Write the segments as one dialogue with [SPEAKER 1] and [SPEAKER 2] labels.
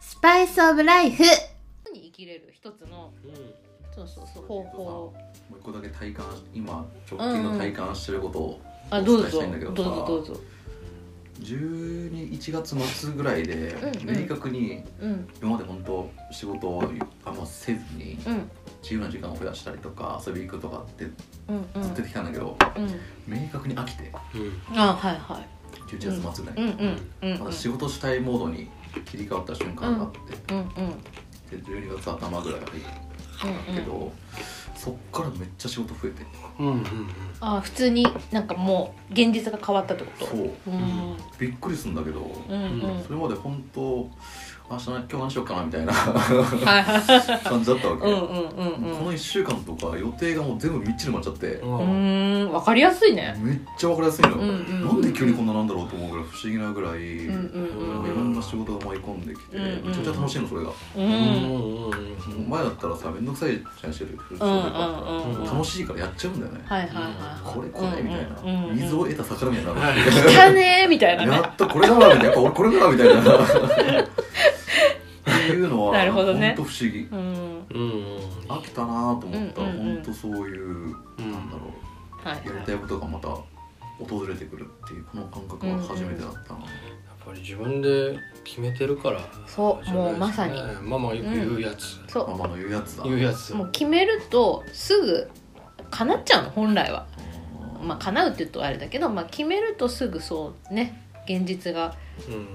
[SPEAKER 1] スパイスオブライフ
[SPEAKER 2] に生きれる一つの
[SPEAKER 3] うん
[SPEAKER 2] そうそうそう方法
[SPEAKER 4] もう一個だけ体感今直近の体感してることを
[SPEAKER 2] あどう
[SPEAKER 4] お伝えし
[SPEAKER 2] ぞ
[SPEAKER 4] たいんだけ
[SPEAKER 2] ど
[SPEAKER 4] ど
[SPEAKER 2] う
[SPEAKER 4] さ
[SPEAKER 2] ぞどうぞ
[SPEAKER 4] 1月末ぐらいで
[SPEAKER 2] うんうん
[SPEAKER 4] 明確に
[SPEAKER 2] うん
[SPEAKER 4] 今まで本当仕事をあんませずに
[SPEAKER 2] うん
[SPEAKER 4] 自由な時間を増やしたりとか遊び行くとかってず
[SPEAKER 2] うんうん
[SPEAKER 4] っと出てきたんだけど、
[SPEAKER 2] うん
[SPEAKER 4] 明確に飽きて
[SPEAKER 3] うん
[SPEAKER 2] あはいはい
[SPEAKER 4] 11月末ぐらい、
[SPEAKER 2] うんうんうんうん
[SPEAKER 4] まだ仕事主体モードに切り替わった瞬間があって、
[SPEAKER 2] うんうんうん
[SPEAKER 4] で12月頭ぐらい入ったけど、そっからめっちゃ仕事増えて
[SPEAKER 3] うんうん
[SPEAKER 2] あ普通になんかもう現実が変わったってこと
[SPEAKER 4] そう
[SPEAKER 2] うん
[SPEAKER 4] びっくりするんだけど、
[SPEAKER 2] うんうん
[SPEAKER 4] それまで本当明日今日何しようかなみたいな
[SPEAKER 2] はいはい
[SPEAKER 4] 感じだったわけ、
[SPEAKER 2] うんうんうんう
[SPEAKER 4] こ
[SPEAKER 2] ん
[SPEAKER 4] の1週間とか予定がもう全部みっちり埋まっちゃって、
[SPEAKER 3] うん
[SPEAKER 2] う
[SPEAKER 3] うん
[SPEAKER 2] ーんわかりやすいね
[SPEAKER 4] めっちゃ分かりやすいのよ、
[SPEAKER 2] うんうん
[SPEAKER 4] なんで急にこんななんだろうと思うぐらい不思議なぐらい、
[SPEAKER 2] うんうん
[SPEAKER 4] なんかいろんな仕事が舞い込んできて、
[SPEAKER 2] うんうん
[SPEAKER 4] めちゃくちゃ楽しいのそれが、
[SPEAKER 2] うんう
[SPEAKER 3] うん
[SPEAKER 2] ん
[SPEAKER 3] うんうん
[SPEAKER 4] 前だったらさ面倒くさいじゃんしてる、
[SPEAKER 2] うんうんうん
[SPEAKER 4] 楽しいからやっちゃうんだよね、
[SPEAKER 2] はいはいはい
[SPEAKER 4] これこれみたいな、
[SPEAKER 2] うんうん
[SPEAKER 4] 水を得た魚みたいになる、
[SPEAKER 2] 来たねーみたいなね
[SPEAKER 4] やっとこれだなみたいなやっぱ俺これだなみたいなっていうのは
[SPEAKER 2] なるほどね
[SPEAKER 4] んと不思議
[SPEAKER 2] うん
[SPEAKER 3] うんうん
[SPEAKER 4] 飽きたなと思ったら、
[SPEAKER 2] うんうんうん
[SPEAKER 4] ほんとそういう、なんだろ
[SPEAKER 2] はいう
[SPEAKER 4] やりたいことがまた訪れてくるっていうこの感覚は初めてだったな、
[SPEAKER 3] やっぱり自分で決めてるから
[SPEAKER 2] そう
[SPEAKER 3] しょ
[SPEAKER 2] もうま
[SPEAKER 3] がないです
[SPEAKER 2] さ
[SPEAKER 3] ね
[SPEAKER 2] に
[SPEAKER 3] ママよく言うやつ、
[SPEAKER 2] そ
[SPEAKER 4] ママの言うやつだ
[SPEAKER 3] 言うやつ
[SPEAKER 2] うもう決めるとすぐ叶っちゃうの本来はまあ叶うって言うとあれだけど、まあ、決めるとすぐそうね現実が
[SPEAKER 3] うん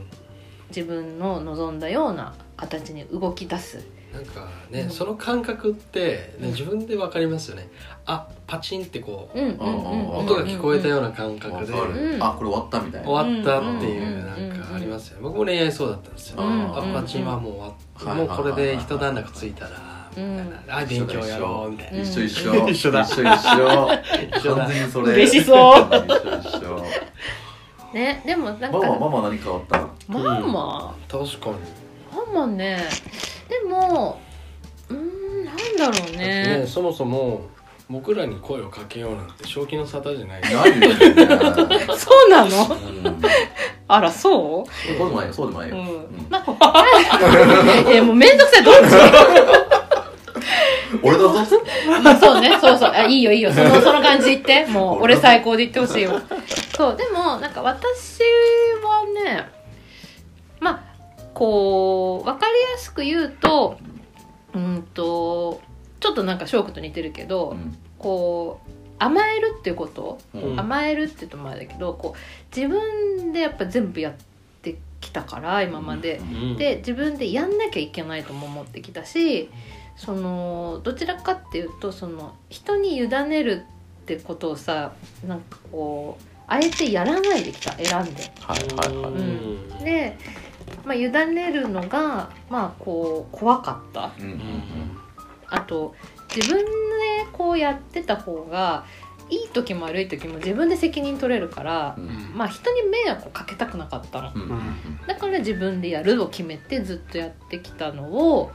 [SPEAKER 2] 自分の望んだような形に動き出す
[SPEAKER 3] なんかね、
[SPEAKER 2] うん
[SPEAKER 3] その感覚って、
[SPEAKER 2] うん
[SPEAKER 3] ね、自分でわかりますよねあパチンってこう
[SPEAKER 2] うんうんうんうん
[SPEAKER 3] 音が聞こえたよ
[SPEAKER 2] う
[SPEAKER 3] うな感覚で
[SPEAKER 4] わかる
[SPEAKER 2] うん
[SPEAKER 4] あこれ終わったみたいな
[SPEAKER 3] 終わったってい
[SPEAKER 2] うん
[SPEAKER 3] うなんかありますよね僕も恋愛そうだったんですよ、
[SPEAKER 4] うん
[SPEAKER 3] あパチンはもう終わっ
[SPEAKER 4] う
[SPEAKER 3] も
[SPEAKER 4] ん
[SPEAKER 3] うこれで一段落ついたらみたいな、あ勉強やろうみたいな、
[SPEAKER 2] うん
[SPEAKER 4] 一緒一緒
[SPEAKER 3] 一緒だ
[SPEAKER 4] 一緒一
[SPEAKER 3] 一緒
[SPEAKER 4] 緒
[SPEAKER 3] だ
[SPEAKER 4] 完全にそれ
[SPEAKER 2] 嬉しそう
[SPEAKER 4] 一緒一緒
[SPEAKER 2] んねでもなんか
[SPEAKER 4] ママママ何変わった
[SPEAKER 2] まあまあ
[SPEAKER 3] 確かに、
[SPEAKER 2] まあまあねでもうーんなんだろう
[SPEAKER 3] だって
[SPEAKER 2] ね
[SPEAKER 3] ねそもそも僕らに声をかけようなんて正気の沙汰じゃない
[SPEAKER 4] ないよね
[SPEAKER 2] そうなの
[SPEAKER 4] うん
[SPEAKER 2] あらそう
[SPEAKER 4] そうでもないよそうでもないよ
[SPEAKER 2] う
[SPEAKER 4] うんん
[SPEAKER 2] まあ、えもうめんどく さいどっち、
[SPEAKER 4] 俺だぞ
[SPEAKER 2] まあ、そうねそうそうあいいよいいよそ のその感じで言ってもう俺最高で言ってほしいよそうでもなんか私はねまあこうわかりやすく言うとうんとちょっとなんか翔くんと似てるけど、
[SPEAKER 4] うん
[SPEAKER 2] こう甘えるっていうこと
[SPEAKER 4] うん
[SPEAKER 2] 甘えるって言うと前だけどこう自分でやっぱ全部やってきたから今まで、
[SPEAKER 3] うん
[SPEAKER 2] で自分でやんなきゃいけないとも思ってきたしそのどちらかっていうとその人に委ねるってことをさなんかこうあえてやらないできた選んで。
[SPEAKER 4] はいはいはい
[SPEAKER 3] うん
[SPEAKER 2] で、まあ、委ねるのがまあこう怖かった
[SPEAKER 4] うんうん
[SPEAKER 2] あと自分でこうやってた方がいい時も悪い時も自分で責任取れるから
[SPEAKER 4] う、ん
[SPEAKER 2] まあ、人に迷惑をかけたくなかったの。
[SPEAKER 4] うんうん
[SPEAKER 2] だから自分でやるを決めてずっとやってきたのを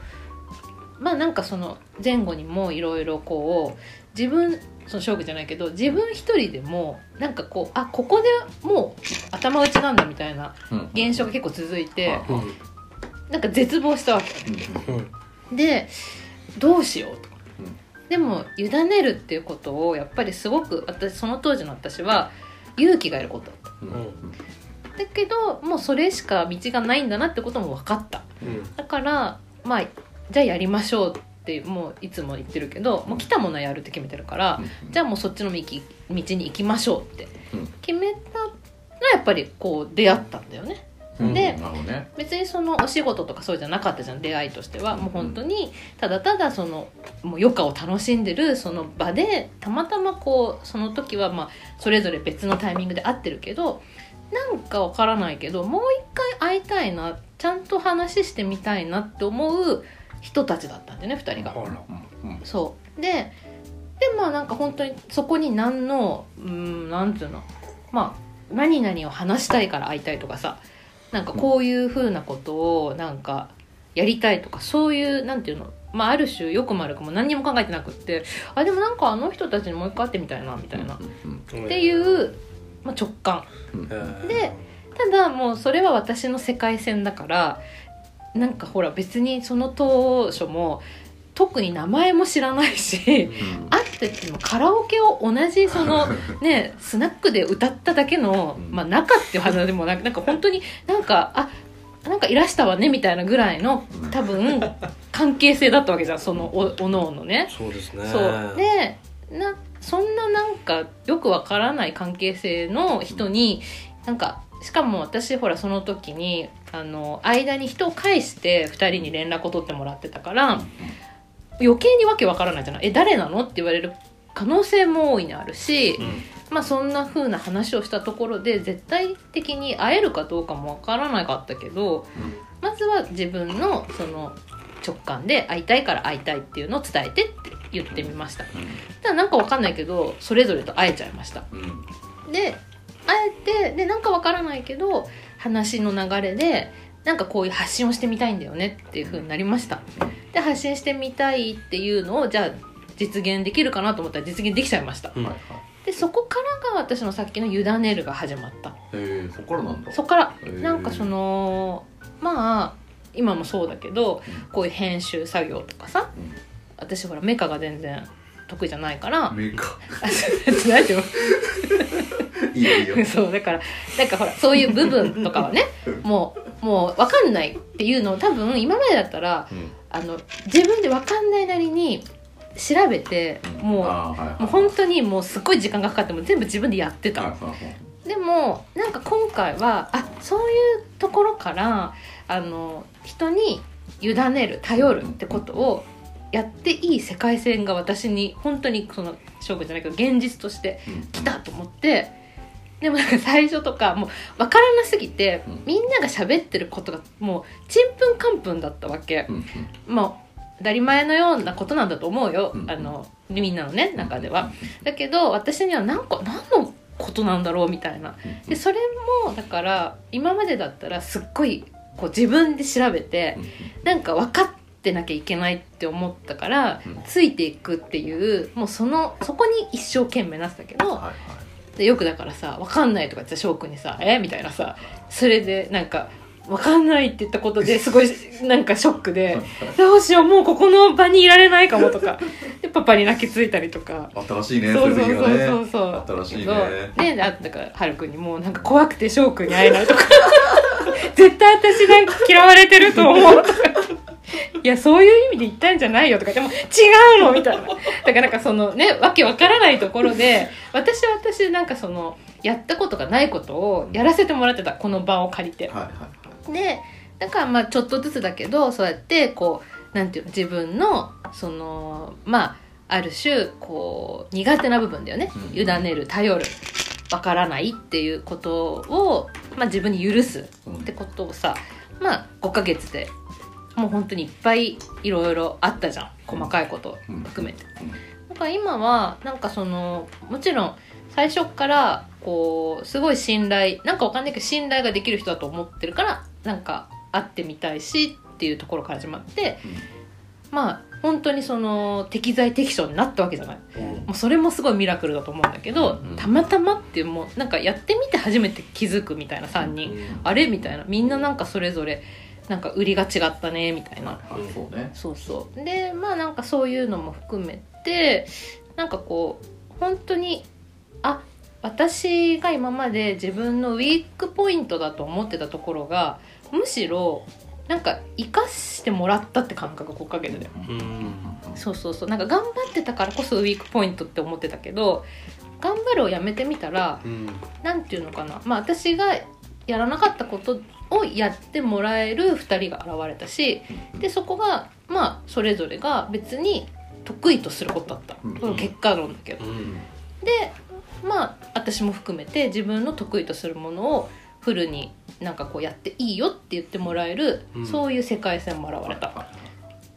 [SPEAKER 2] まあなんかその前後にもいろいろこう自分その勝負じゃないけど自分一人でもなんかこうあここでもう頭打ちなんだみたいな
[SPEAKER 4] うん
[SPEAKER 2] 現象が結構続いて
[SPEAKER 4] は
[SPEAKER 3] うん
[SPEAKER 2] なんか絶望したわけ
[SPEAKER 3] うん
[SPEAKER 2] でどうしようとか
[SPEAKER 4] うん
[SPEAKER 2] でも委ねるっていうことをやっぱりすごく私その当時の私は勇気がいることだっ
[SPEAKER 4] うんうん
[SPEAKER 2] ただけどもうそれしか道がないんだなってことも分かった
[SPEAKER 3] うん
[SPEAKER 2] だからまあじゃあやりましょうってもういつも言ってるけどもう来たものはやるって決めてるからじゃあもうそっちの道道に行きましょうって
[SPEAKER 4] うん
[SPEAKER 2] 決めたらやっぱりこう出会ったんだよね
[SPEAKER 4] うん
[SPEAKER 2] で
[SPEAKER 4] なるほどね
[SPEAKER 2] 別にそのお仕事とかそうじゃなかったじゃん出会いとしてはもう本当にただただそのもう余暇を楽しんでるその場でたまたまこうその時はまあそれぞれ別のタイミングで会ってるけどなんかわからないけどもう一回会いたいなちゃんと話してみたいなって思う人たちだったんだよね2人が。
[SPEAKER 3] ほら
[SPEAKER 4] うんうん
[SPEAKER 2] そうででまあなんか本当にそこに何のうーんなんつうのまあ何々を話したいから会いたいとかさなんかこういうふうなことをなんかやりたいとかそういうなんていうのまあある種よくも悪くも何にも考えてなくってあでもなんかあの人たちにもう一回会ってみたいなみたいな、っ
[SPEAKER 4] うん
[SPEAKER 2] ていう、まあ、直感
[SPEAKER 4] うんうん
[SPEAKER 2] でただもうそれは私の世界線だからなんかほら別にその当初も特に名前も知らないし
[SPEAKER 4] うん
[SPEAKER 2] 会っててもカラオケを同じそ のねスナックで歌っただけの、
[SPEAKER 4] うん
[SPEAKER 2] まあ、仲っていう話でもなくなんか本当になんかあなんかいらしたわねみたいなぐらいの
[SPEAKER 4] うん
[SPEAKER 2] 多分関係性だったわけじゃんそのおおのおのね。
[SPEAKER 3] そうですね
[SPEAKER 2] そうでなそんななんかよくわからない関係性の人になんかしかも私ほらその時にあの間に人を介して2人に連絡を取ってもらってたから余計にわけわからないじゃない「え誰なの?」って言われる可能性も大いにあるし、
[SPEAKER 3] う
[SPEAKER 2] まあそんな風な話をしたところで絶対的に会えるかどうかもわからなかったけど
[SPEAKER 4] うん
[SPEAKER 2] まずは自分のその直感で会いたいから会いたいっていうのを伝えてって言ってみました。ただなんかわかんないけどそれぞれと会えちゃいました
[SPEAKER 4] うんうん
[SPEAKER 2] で会えてでなんかわからないけど話の流れでなんかこういう発信をしてみたいんだよねっていう風になりましたで発信してみたいっていうのをじゃあ実現できるかなと思ったら実現できちゃいました
[SPEAKER 3] ん
[SPEAKER 4] はいはい
[SPEAKER 2] でそこからが私のさっきの「委ねる」が始まった
[SPEAKER 4] えーそっからなんだ
[SPEAKER 2] そっから
[SPEAKER 4] へー
[SPEAKER 2] なんかそのまあ今もそうだけど
[SPEAKER 4] うん
[SPEAKER 2] こういう編集作業とかさ
[SPEAKER 4] うん
[SPEAKER 2] 私ほらメカが全然得意じゃないから、
[SPEAKER 4] メーカ
[SPEAKER 2] あそう大丈夫
[SPEAKER 4] ーいいよいいよ
[SPEAKER 2] そうだからなんかほらそういう部分とかはねもうもう分かんないっていうのを多分今までだったら
[SPEAKER 4] うん
[SPEAKER 2] あの自分で分かんないなりに調べてもう
[SPEAKER 4] あーはいはい
[SPEAKER 2] もう本当にもうすっごい時間がかかっても全部自分でやってた、
[SPEAKER 4] はいはいはい
[SPEAKER 2] でもなんか今回はあそういうところからあの人に委ねる頼るってことをやっていい世界線が私に本当にその勝負じゃないけど現実として
[SPEAKER 4] うん
[SPEAKER 2] 来たと思ってでもなんか最初とかもう分からなすぎて、
[SPEAKER 4] うん
[SPEAKER 2] みんなが喋ってることがもうちんぷんかんぷんだったわけ
[SPEAKER 4] うんうん
[SPEAKER 2] もう当たり前のようなことなんだと思うよ、
[SPEAKER 4] うん
[SPEAKER 2] あのみんなのね中では。だけど私には何か何のことなんだろうみたいな。
[SPEAKER 4] うん
[SPEAKER 2] でそれもだから今までだったらすっごいこう自分で調べて
[SPEAKER 4] うん
[SPEAKER 2] なんか分かってなきゃいけないって思ったから、
[SPEAKER 4] うん
[SPEAKER 2] ついていくっていうもうそのそこに一生懸命なってたけど、
[SPEAKER 4] はいはい
[SPEAKER 2] でよくだからさ「わかんない」とか言ってた翔くんにさ「えみたいなさそれでなんか「わかんない」って言ったことですごいなんかショックで「どうしようもうここの場にいられないかも」とかでパパに泣きついたりとか。
[SPEAKER 4] 新しい
[SPEAKER 2] そ
[SPEAKER 4] ね
[SPEAKER 2] うそうそうそう
[SPEAKER 4] う
[SPEAKER 2] そう
[SPEAKER 4] 新しいね
[SPEAKER 2] ねあだからはるくんにもうなんか怖くて翔くんに会えないとか 絶対私なんか嫌われてると思うとかいやそういう意味で言ったんじゃないよとかでも違うのみたいなだからなんかそのねわけわからないところで私は私でなんかそのやったことがないことをやらせてもらってたこの場を借りて
[SPEAKER 4] はいはいはい
[SPEAKER 2] でだからまあちょっとずつだけどそうやってこうなんていうの自分のそのまあある種こう苦手な部分だよね、
[SPEAKER 4] うん
[SPEAKER 2] 委ねる頼るわからないっていうことを、まあ、自分に許す
[SPEAKER 4] うん
[SPEAKER 2] ってことをさまあ5ヶ月でもう本当にいっぱいいろいろあったじゃん細かいこと
[SPEAKER 4] うん
[SPEAKER 2] 含めて。だから今はなんかそのもちろん最初からこうすごい信頼なんかわかんないけど信頼ができる人だと思ってるからなんか会ってみたいしっていうところから始まってまあ本当にその適材適所になったわけじゃない
[SPEAKER 3] うん
[SPEAKER 2] もうそれもすごいミラクルだと思うんだけど、
[SPEAKER 4] うん
[SPEAKER 2] たまたまっていうもうなんかやってみて初めて気づくみたいな3人、あれみたいなみんななんかそれぞれなんか売りが違ったねみたいな
[SPEAKER 4] うんはいそうね
[SPEAKER 2] そうそうでまあなんかそういうのも含めてなんかこう本当にあ私が今まで自分のウィークポイントだと思ってたところがむしろなんか生かしてもらったって感覚5ヶ月で
[SPEAKER 3] うん
[SPEAKER 2] そうそうそうなんか頑張ってたからこそウィークポイントって思ってたけど頑張るをやめてみたら
[SPEAKER 3] うん
[SPEAKER 2] なんていうのかな、まあ、私がやらなかったことをやってもらえる2人が現れたしでそこがまあそれぞれが別に得意とすることだった、
[SPEAKER 4] うん
[SPEAKER 2] その結果論だけど
[SPEAKER 3] う、ん
[SPEAKER 2] まあ私も含めて自分の得意とするものをフルになんかこうやっていいよって言ってもらえる、
[SPEAKER 3] うん
[SPEAKER 2] そういう世界線も現れた、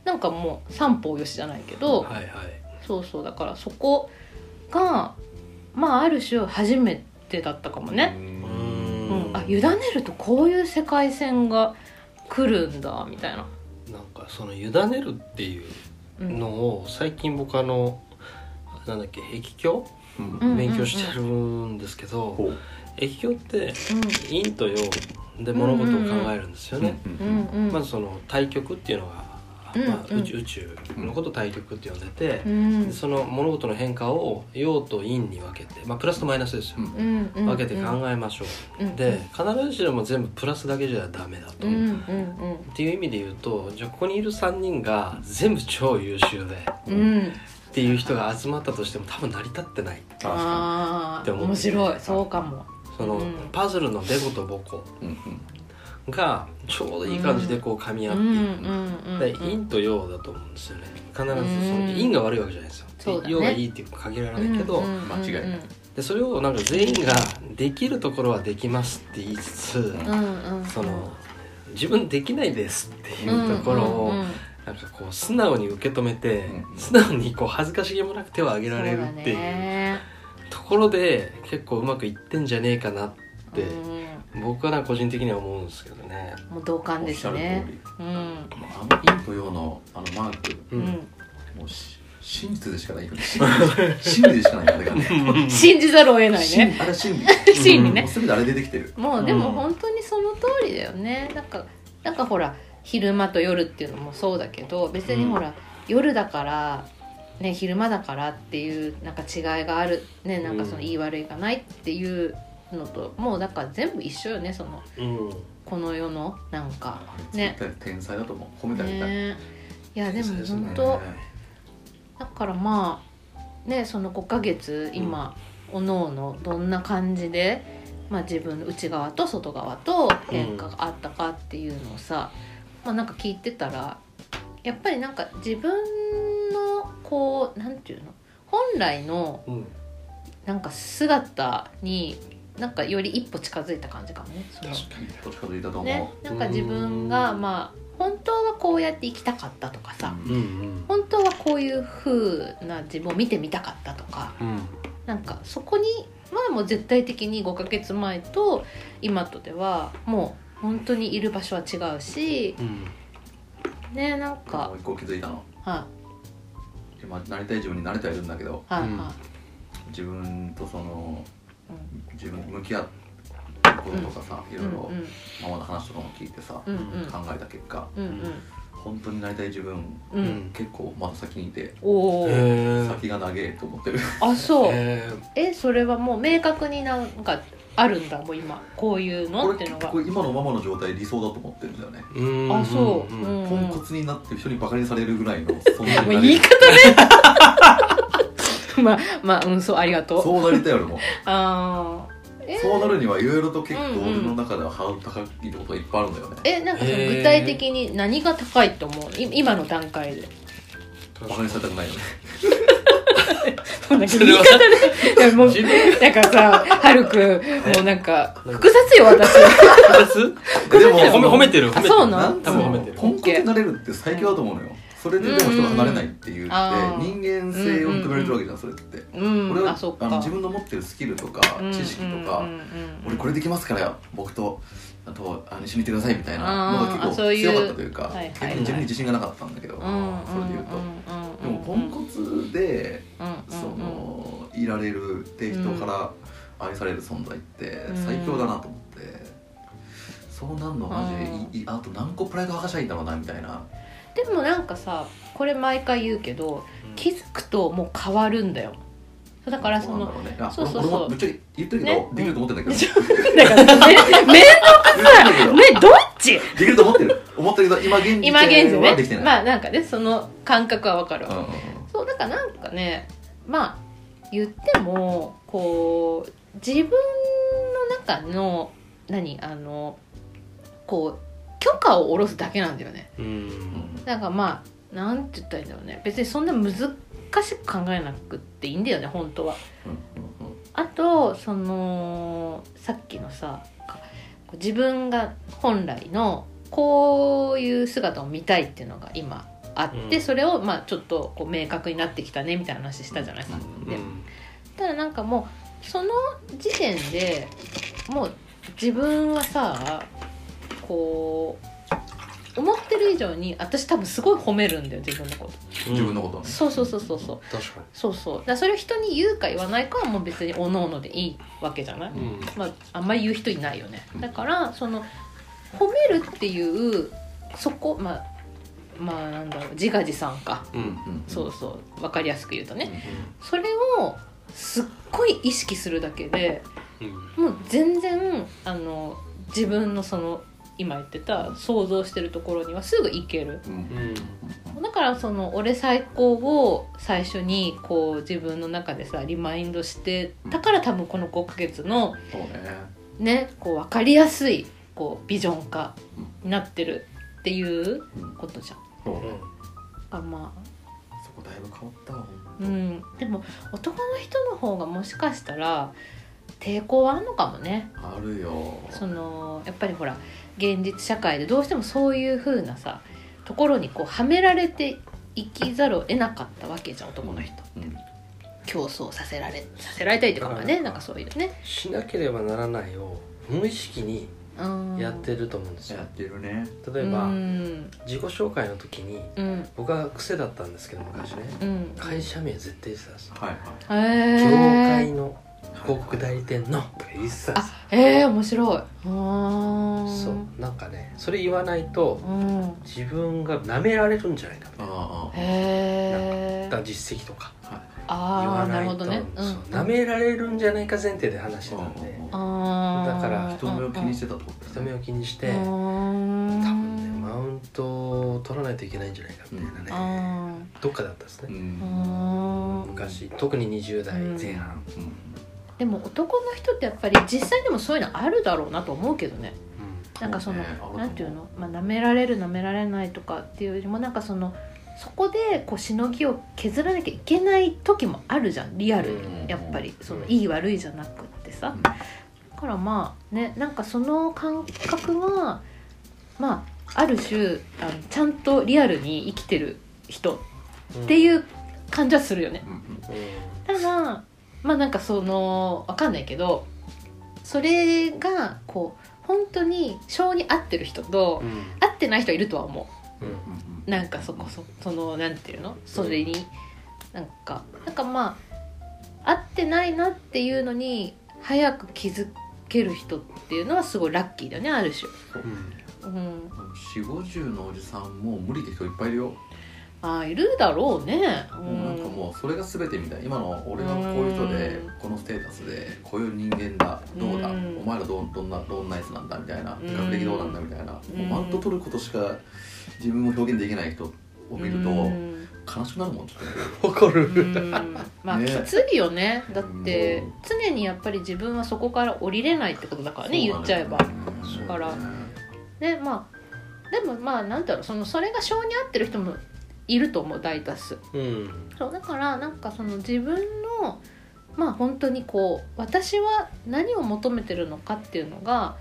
[SPEAKER 2] なんかもう三方よしじゃないけど、
[SPEAKER 3] はいは
[SPEAKER 2] そうそうだからそこがまあある種初めてだったかもね、
[SPEAKER 3] い
[SPEAKER 4] うん
[SPEAKER 2] うん、あ委ねるとこういう世界線が来るんだみたいな、
[SPEAKER 3] なんかその委ねるっていう
[SPEAKER 2] うん、
[SPEAKER 3] のを最近僕あのなんだっけ壁鏡
[SPEAKER 4] うん
[SPEAKER 2] うん
[SPEAKER 3] 勉強してるんですけど、
[SPEAKER 4] こう
[SPEAKER 3] 液境って
[SPEAKER 2] う
[SPEAKER 3] 陰と陽で物事を考えるんですよね、
[SPEAKER 4] うん
[SPEAKER 2] んうんうん
[SPEAKER 3] まずその対極っていうのが、
[SPEAKER 2] うん
[SPEAKER 3] ま
[SPEAKER 2] う
[SPEAKER 3] あ、
[SPEAKER 2] ん
[SPEAKER 3] 宇宙宇宙のことを対極って呼んでて
[SPEAKER 2] う、ん
[SPEAKER 3] でその物事の変化を陽と陰に分けて、まあ、プラスとマイナスですよ、
[SPEAKER 4] うん
[SPEAKER 2] うんうん
[SPEAKER 3] 分けて考えましょう、
[SPEAKER 2] うん
[SPEAKER 3] で必ずしも全部プラスだけじゃダメだと、
[SPEAKER 2] うんうん
[SPEAKER 3] っていう意味で言うとじゃあここにいる3人が全部超優秀で
[SPEAKER 2] うんうん
[SPEAKER 3] っていう人が集まったとしても多分成り立ってない
[SPEAKER 4] 確か
[SPEAKER 2] あ
[SPEAKER 3] って
[SPEAKER 2] あ
[SPEAKER 3] 思う
[SPEAKER 2] 面白いそうかも
[SPEAKER 3] その、
[SPEAKER 2] うん
[SPEAKER 3] パズルのデコとボコ
[SPEAKER 4] に、うん
[SPEAKER 3] がちょうどいい感じでこう噛み合
[SPEAKER 2] う
[SPEAKER 3] っ
[SPEAKER 2] んう
[SPEAKER 3] ていく、
[SPEAKER 2] んうん
[SPEAKER 3] で陰と陽だと思うんですよね必ずそ
[SPEAKER 2] う
[SPEAKER 3] の
[SPEAKER 2] ん
[SPEAKER 3] 陰が悪いわけじゃないですよ、
[SPEAKER 2] そうだね
[SPEAKER 3] 陽がいいっていう限らないけど、
[SPEAKER 2] うんうんうん
[SPEAKER 4] 間違いない
[SPEAKER 3] でそれをなんか全員ができるところはできますって言いつつ、
[SPEAKER 2] うんうん
[SPEAKER 3] その自分できないですっていうところを
[SPEAKER 2] うんうんうん
[SPEAKER 3] なんかこう素直に受け止めて、
[SPEAKER 4] うん
[SPEAKER 3] 素直にこう恥ずかしげもなく手を挙げられる
[SPEAKER 2] そ
[SPEAKER 3] って
[SPEAKER 2] う
[SPEAKER 3] いう
[SPEAKER 2] だね
[SPEAKER 3] ところで結構うまくいってんじゃねえかなって
[SPEAKER 2] う
[SPEAKER 3] 僕はなんか個人的には思うんですけどね。
[SPEAKER 2] んもう同
[SPEAKER 4] う
[SPEAKER 2] 感
[SPEAKER 4] ん、おっ
[SPEAKER 2] で
[SPEAKER 4] し
[SPEAKER 2] す
[SPEAKER 4] ゃる
[SPEAKER 2] ね
[SPEAKER 4] 通り
[SPEAKER 2] うん
[SPEAKER 4] まああの陰と陽のあのマーク
[SPEAKER 3] う
[SPEAKER 2] うんん
[SPEAKER 4] もうし真実でしかないよね 真理でしかないよあれがね
[SPEAKER 2] 信じざるを得ないね
[SPEAKER 4] 真あれ真理
[SPEAKER 2] 真理
[SPEAKER 4] も
[SPEAKER 2] ね
[SPEAKER 4] う全てあれ出てきてる
[SPEAKER 2] も
[SPEAKER 3] う
[SPEAKER 2] うんでも本当にその通りだよねなんかなんかほら昼間と夜っていうのもそうだけど別にほら、夜だから、ね、昼間だからっていうなんか違いがある、ね、なんかその
[SPEAKER 3] うん
[SPEAKER 2] 言い悪いがないっていうのと、もうだから全部一緒よねその
[SPEAKER 3] うん
[SPEAKER 2] この世のなんか
[SPEAKER 4] あれ
[SPEAKER 2] ね
[SPEAKER 4] 絶対天才だと思う褒めてあげたい、
[SPEAKER 2] ねいやで
[SPEAKER 3] そう
[SPEAKER 2] も
[SPEAKER 3] ですね
[SPEAKER 2] 本当、だからまあねその5ヶ月今、おのおのどんな感じで、まあ、自分の内側と外側と変化があったかっていうのをさ、まあ、なんか聞いてたらやっぱりなんか自分のこうなんていうの本来の
[SPEAKER 3] うん
[SPEAKER 2] なんか姿になんかより一歩近づいた感じかもね。その
[SPEAKER 3] 確かに
[SPEAKER 4] どっちかと言ったと思う、
[SPEAKER 2] ねなんか自分が
[SPEAKER 3] うん
[SPEAKER 2] まあ本当はこうやって生きたかったとかさ、
[SPEAKER 4] うん
[SPEAKER 3] うんうん
[SPEAKER 2] 本当はこういう風な自分を見てみたかったとか
[SPEAKER 3] うん
[SPEAKER 2] なんかそこにはもう絶対的に5ヶ月前と今とではもう本当にいる場所は違うし
[SPEAKER 3] うん
[SPEAKER 2] ねなん
[SPEAKER 4] も
[SPEAKER 2] か
[SPEAKER 4] う一個気づいたの
[SPEAKER 2] は
[SPEAKER 4] 今なりたい自分に慣れてはいるんだけど
[SPEAKER 2] いはいはい
[SPEAKER 3] うん
[SPEAKER 4] 自分とその
[SPEAKER 2] うん
[SPEAKER 4] 自分に向き合うこととかさ、いろいろママの話とかも聞いてさ、
[SPEAKER 2] うんうん
[SPEAKER 4] 考えた結果
[SPEAKER 2] うんうん
[SPEAKER 4] 本当になりたい自分、
[SPEAKER 2] うんう
[SPEAKER 3] うんん
[SPEAKER 4] 結構まだ先にいて
[SPEAKER 2] おお、
[SPEAKER 3] へ
[SPEAKER 4] 先が長えと思ってる
[SPEAKER 2] あそうえ
[SPEAKER 3] え
[SPEAKER 2] それはもう明確になんかあるんだもう今こういうのって
[SPEAKER 4] 俺
[SPEAKER 2] いうの
[SPEAKER 4] 結
[SPEAKER 2] が
[SPEAKER 4] 構今のママの状態理想だと思ってるんだよね
[SPEAKER 3] うん
[SPEAKER 2] あそう、
[SPEAKER 3] う
[SPEAKER 2] うんんうん、
[SPEAKER 4] ポンコツになって人にバカにされるぐらいのそん な
[SPEAKER 2] もう
[SPEAKER 4] にな
[SPEAKER 2] 言
[SPEAKER 4] れ
[SPEAKER 2] い
[SPEAKER 4] る
[SPEAKER 2] 方ねまあまあうんそうありがとう
[SPEAKER 4] そうなりたい よ俺も
[SPEAKER 2] あーえ
[SPEAKER 4] そうなるにはいろいろと結構
[SPEAKER 2] うんうん
[SPEAKER 4] 俺の中ではハードル高いことがいっぱいあるんだよね
[SPEAKER 2] えなんかその
[SPEAKER 3] へー
[SPEAKER 2] 具体的に何が高いと思うい今の段階 で
[SPEAKER 4] バカにされたくないよ ね
[SPEAKER 2] なんか
[SPEAKER 3] そ
[SPEAKER 2] 言い
[SPEAKER 3] れは
[SPEAKER 2] 方でもう
[SPEAKER 3] 自分
[SPEAKER 2] なんかさはるくもうなんか複雑よ 私
[SPEAKER 4] えで
[SPEAKER 3] でも褒め褒めてる褒めてる
[SPEAKER 2] そうな
[SPEAKER 4] なんん
[SPEAKER 3] 多
[SPEAKER 4] 多
[SPEAKER 3] 分
[SPEAKER 4] 分
[SPEAKER 3] 褒
[SPEAKER 4] 褒
[SPEAKER 3] め
[SPEAKER 4] め
[SPEAKER 3] て
[SPEAKER 4] て
[SPEAKER 3] る
[SPEAKER 4] るポンコツになれるって最強だと思うのよそれででも人が離れないっていうって人
[SPEAKER 2] あー
[SPEAKER 4] 間性を認められてるわけじゃんそれって
[SPEAKER 2] うん
[SPEAKER 4] 俺は
[SPEAKER 2] あそっ
[SPEAKER 4] あの
[SPEAKER 2] か
[SPEAKER 4] 自分の持ってるスキルとか知識と
[SPEAKER 2] う
[SPEAKER 4] か
[SPEAKER 2] んうんうんうん
[SPEAKER 4] 俺これできますから僕とあとあの一緒にいてくださいみたい
[SPEAKER 2] あ
[SPEAKER 4] な
[SPEAKER 2] ー
[SPEAKER 4] のが結
[SPEAKER 2] あそう
[SPEAKER 4] 構
[SPEAKER 2] いう
[SPEAKER 4] 強かったというか
[SPEAKER 2] はいはい
[SPEAKER 4] 逆に自分に自信がなかったんだけどそれ
[SPEAKER 2] うん
[SPEAKER 4] で言うと
[SPEAKER 2] と
[SPEAKER 4] でもポンコツで
[SPEAKER 2] ツ
[SPEAKER 4] そのいられるって人から愛される存在って
[SPEAKER 2] うん
[SPEAKER 4] 最強だなと思ってそうなんのマジでいいあと何個プライド剥がしゃいいんだろうなみたいな
[SPEAKER 2] でもなんかさこれ毎回言うけど気づくともう変わるんだよそうだからそ
[SPEAKER 4] どう
[SPEAKER 2] の
[SPEAKER 4] なんだろうねあ
[SPEAKER 2] そうそう
[SPEAKER 4] 俺
[SPEAKER 2] そう
[SPEAKER 4] も俺もぶっちゃけ言ってるけ
[SPEAKER 2] ね
[SPEAKER 4] どできると思ってんだけど
[SPEAKER 2] だからめめ
[SPEAKER 4] 言ってるけ
[SPEAKER 2] めどっち
[SPEAKER 4] どできると思ってる思ってるけど今現時点
[SPEAKER 2] 今現
[SPEAKER 4] はでき
[SPEAKER 2] 時ね
[SPEAKER 4] てない
[SPEAKER 2] まあなんかねその感覚はわかるわ、
[SPEAKER 4] うんうんうん
[SPEAKER 2] そうだからなんかねまあ言ってもこう自分の中の何あのこう許可を下ろすだけなんだよね
[SPEAKER 3] うん
[SPEAKER 2] だからまあなんて言ったらいいんだろうね別にそんな難しく考えなくっていいんだよね本当は
[SPEAKER 4] うんうんうん
[SPEAKER 2] あとそのさっきのさか自分が本来のこういう姿を見たいっていうのが今あって、
[SPEAKER 3] うん
[SPEAKER 2] それをまあちょっとこう明確になってきたねみたいな話したじゃない、
[SPEAKER 3] う
[SPEAKER 2] で
[SPEAKER 3] ん
[SPEAKER 2] ただなんかもうその時点でもう自分はさこう思ってる以上に私多分すごい褒めるんだよ自分のこ
[SPEAKER 4] 自分のことと
[SPEAKER 2] と
[SPEAKER 4] ね
[SPEAKER 2] そうそうそうそうそう
[SPEAKER 3] 確か
[SPEAKER 2] そうそうだからそれを人に言うか言わないかはもう別におのおのでいいわけじゃない、
[SPEAKER 3] にうん
[SPEAKER 2] まあ、あんまり言う人いないよねだからその褒めるっていうそこまあまあなんだろう自画自賛か
[SPEAKER 3] うん
[SPEAKER 4] うん
[SPEAKER 2] そうそう分かりやすく言うとね
[SPEAKER 3] う
[SPEAKER 2] それをすっごい意識するだけで
[SPEAKER 3] んうん
[SPEAKER 2] もう全然あの自分のその今言ってた想像してるところにはすぐ行ける
[SPEAKER 4] うん
[SPEAKER 3] うん
[SPEAKER 2] だからその「俺最高」を最初にこう自分の中でさリマインドしてだから多分この5ヶ月の
[SPEAKER 4] そうね
[SPEAKER 2] ねこう分かりやすいこうビジョン化になってるっていう
[SPEAKER 4] うん
[SPEAKER 2] ことじゃん。
[SPEAKER 4] そう
[SPEAKER 3] う
[SPEAKER 4] ね
[SPEAKER 3] ん
[SPEAKER 2] あまあ
[SPEAKER 4] そこだいぶ変わったわ
[SPEAKER 2] うん、でも男の人の方がもしかしたら抵抗はあるのかもね
[SPEAKER 4] あるよ
[SPEAKER 2] そのやっぱりほら現実社会でどうしてもそういう風なさところにこうはめられていきざるを得なかったわけじゃん男の人
[SPEAKER 4] うん
[SPEAKER 2] 競争させられさせられたりとかまあねなんかそういうね
[SPEAKER 3] しなければならないを無意識に
[SPEAKER 2] うん
[SPEAKER 3] やってると思うんですよ
[SPEAKER 4] やってるね
[SPEAKER 3] 例えば
[SPEAKER 2] うん
[SPEAKER 3] 自己紹介の時に
[SPEAKER 2] うん
[SPEAKER 3] 僕は癖だったんですけど昔ね
[SPEAKER 2] うん
[SPEAKER 3] 会社名絶対言ってたんですよ
[SPEAKER 4] はいはい
[SPEAKER 2] へ
[SPEAKER 3] 業界
[SPEAKER 2] え
[SPEAKER 3] の広告代理店のとか言ってたんですよ
[SPEAKER 2] えー、面白いあー
[SPEAKER 3] そうなんかねそれ言わないと
[SPEAKER 2] うん
[SPEAKER 3] 自分が舐められるんじゃないかみたいな
[SPEAKER 4] ああ
[SPEAKER 2] へえ
[SPEAKER 3] だ実績とか
[SPEAKER 4] ああはい
[SPEAKER 2] あ
[SPEAKER 3] 言わ
[SPEAKER 2] あな
[SPEAKER 3] な
[SPEAKER 2] るほ
[SPEAKER 3] い
[SPEAKER 2] ど
[SPEAKER 3] と
[SPEAKER 2] ね。
[SPEAKER 3] そう舐められるんじゃないか前提で話してたんで
[SPEAKER 4] うん
[SPEAKER 2] あー
[SPEAKER 3] だから
[SPEAKER 4] 人目を気にしてたってこと
[SPEAKER 3] 人目を気にして
[SPEAKER 2] う
[SPEAKER 3] 多
[SPEAKER 2] ん
[SPEAKER 3] 分ねマウントを取らないといけないんじゃないかみたいなね
[SPEAKER 2] あ
[SPEAKER 3] どっかだったんです
[SPEAKER 4] う
[SPEAKER 3] ね
[SPEAKER 2] ーうんん
[SPEAKER 3] 昔特に20代前半
[SPEAKER 2] でも男の人ってやっぱり実際でもそういうのあるだろうなと思うけどねなんかその
[SPEAKER 4] そうねあると思う
[SPEAKER 2] なんていうのまあ舐められる舐められないとかっていうよりもなんかそのそこでこうしのぎを削らなきゃいけない時もあるじゃんリアルに
[SPEAKER 4] うん
[SPEAKER 2] やっぱりそのいい悪いじゃなくってさ
[SPEAKER 4] うん
[SPEAKER 2] だからまあねなんかその感覚はまあある種あのちゃんとリアルに生きてる人っていうう感じはするよね
[SPEAKER 4] うんうん
[SPEAKER 3] ん
[SPEAKER 2] ただまあなんかそのわかんないけどそれがこう本当に性に合ってる人と
[SPEAKER 3] うん
[SPEAKER 2] 合ってない人はいるとは思
[SPEAKER 3] うん
[SPEAKER 4] うん
[SPEAKER 2] うなんかそこそそのなんていうのそれになんかなんかまあ合ってないなっていうのに早く気づける人っていうのはすごいラッキーだよねある種。
[SPEAKER 3] うん
[SPEAKER 2] うん、
[SPEAKER 4] 四五十のおじさんもう無理って人いっぱいいるよ、
[SPEAKER 2] あーいるだろうね。う
[SPEAKER 4] もうなんかもうそれが全てみたい今の俺はこういう人で
[SPEAKER 2] う
[SPEAKER 4] このステータスでこういう人間だどうだ、
[SPEAKER 2] うん
[SPEAKER 4] お前らどうどんなどんなやつなんだみたいな、
[SPEAKER 2] うん
[SPEAKER 4] 学歴どうなんだみたいな、
[SPEAKER 2] うん
[SPEAKER 4] もうマウント取ることしか自分を表現できない人を見る
[SPEAKER 2] う
[SPEAKER 4] と
[SPEAKER 2] ん
[SPEAKER 4] 悲しくなるもんちょっ
[SPEAKER 3] 怒
[SPEAKER 2] う
[SPEAKER 3] る
[SPEAKER 2] んまあ、
[SPEAKER 4] ね
[SPEAKER 2] きついよねだって
[SPEAKER 4] うん
[SPEAKER 2] 常にやっぱり自分はそこから降りれないってことだから
[SPEAKER 4] と
[SPEAKER 2] ね言っちゃえば
[SPEAKER 4] そう
[SPEAKER 2] だから
[SPEAKER 4] ね
[SPEAKER 2] ねまあでもまあなんだろうそのそれが性に合ってる人もいると思う大多数
[SPEAKER 3] うん
[SPEAKER 2] そうだからなんかその自分のまあ本当にこう私は何を求めてるのかっていうのが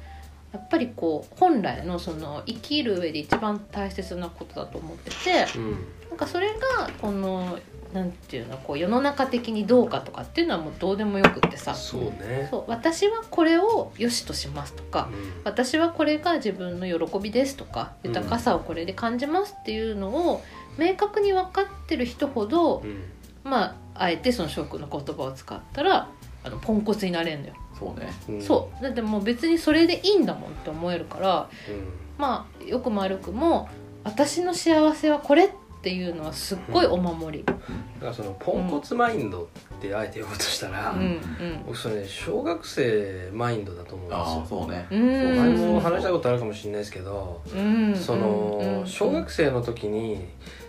[SPEAKER 2] やっぱりこう本来のその生きる上で一番大切なことだと思ってて
[SPEAKER 3] うん
[SPEAKER 2] なんかそれがこのなんていうのこう世の中的にどうかとかっていうのはもうどうでもよくってさ
[SPEAKER 3] そうね
[SPEAKER 2] そう私はこれを良しとしますとか
[SPEAKER 3] う
[SPEAKER 2] 私はこれが自分の喜びですとか
[SPEAKER 3] うん
[SPEAKER 2] 豊かさをこれで感じますっていうのを明確に分かってる人ほど
[SPEAKER 3] んうん
[SPEAKER 2] まああえてその翔くんの言葉を使ったらあのポンコツになれるのよ、
[SPEAKER 4] そうね
[SPEAKER 3] うん
[SPEAKER 2] そうだってもう別にそれでいいんだもんって思えるから
[SPEAKER 3] うん
[SPEAKER 2] まあよくも悪くも私の幸せはこれっていうのはすっごいお守り、
[SPEAKER 3] だからそのポンコツマインドってあえて言おうとしたら
[SPEAKER 2] うんうん
[SPEAKER 3] 僕それね小学生マインドだと思うんです
[SPEAKER 4] あ
[SPEAKER 3] よ
[SPEAKER 4] あそうね
[SPEAKER 2] うん
[SPEAKER 4] そう
[SPEAKER 3] 前
[SPEAKER 4] 前
[SPEAKER 3] も話したことあるかもしれないですけど、
[SPEAKER 2] うん、
[SPEAKER 3] その小学生の時に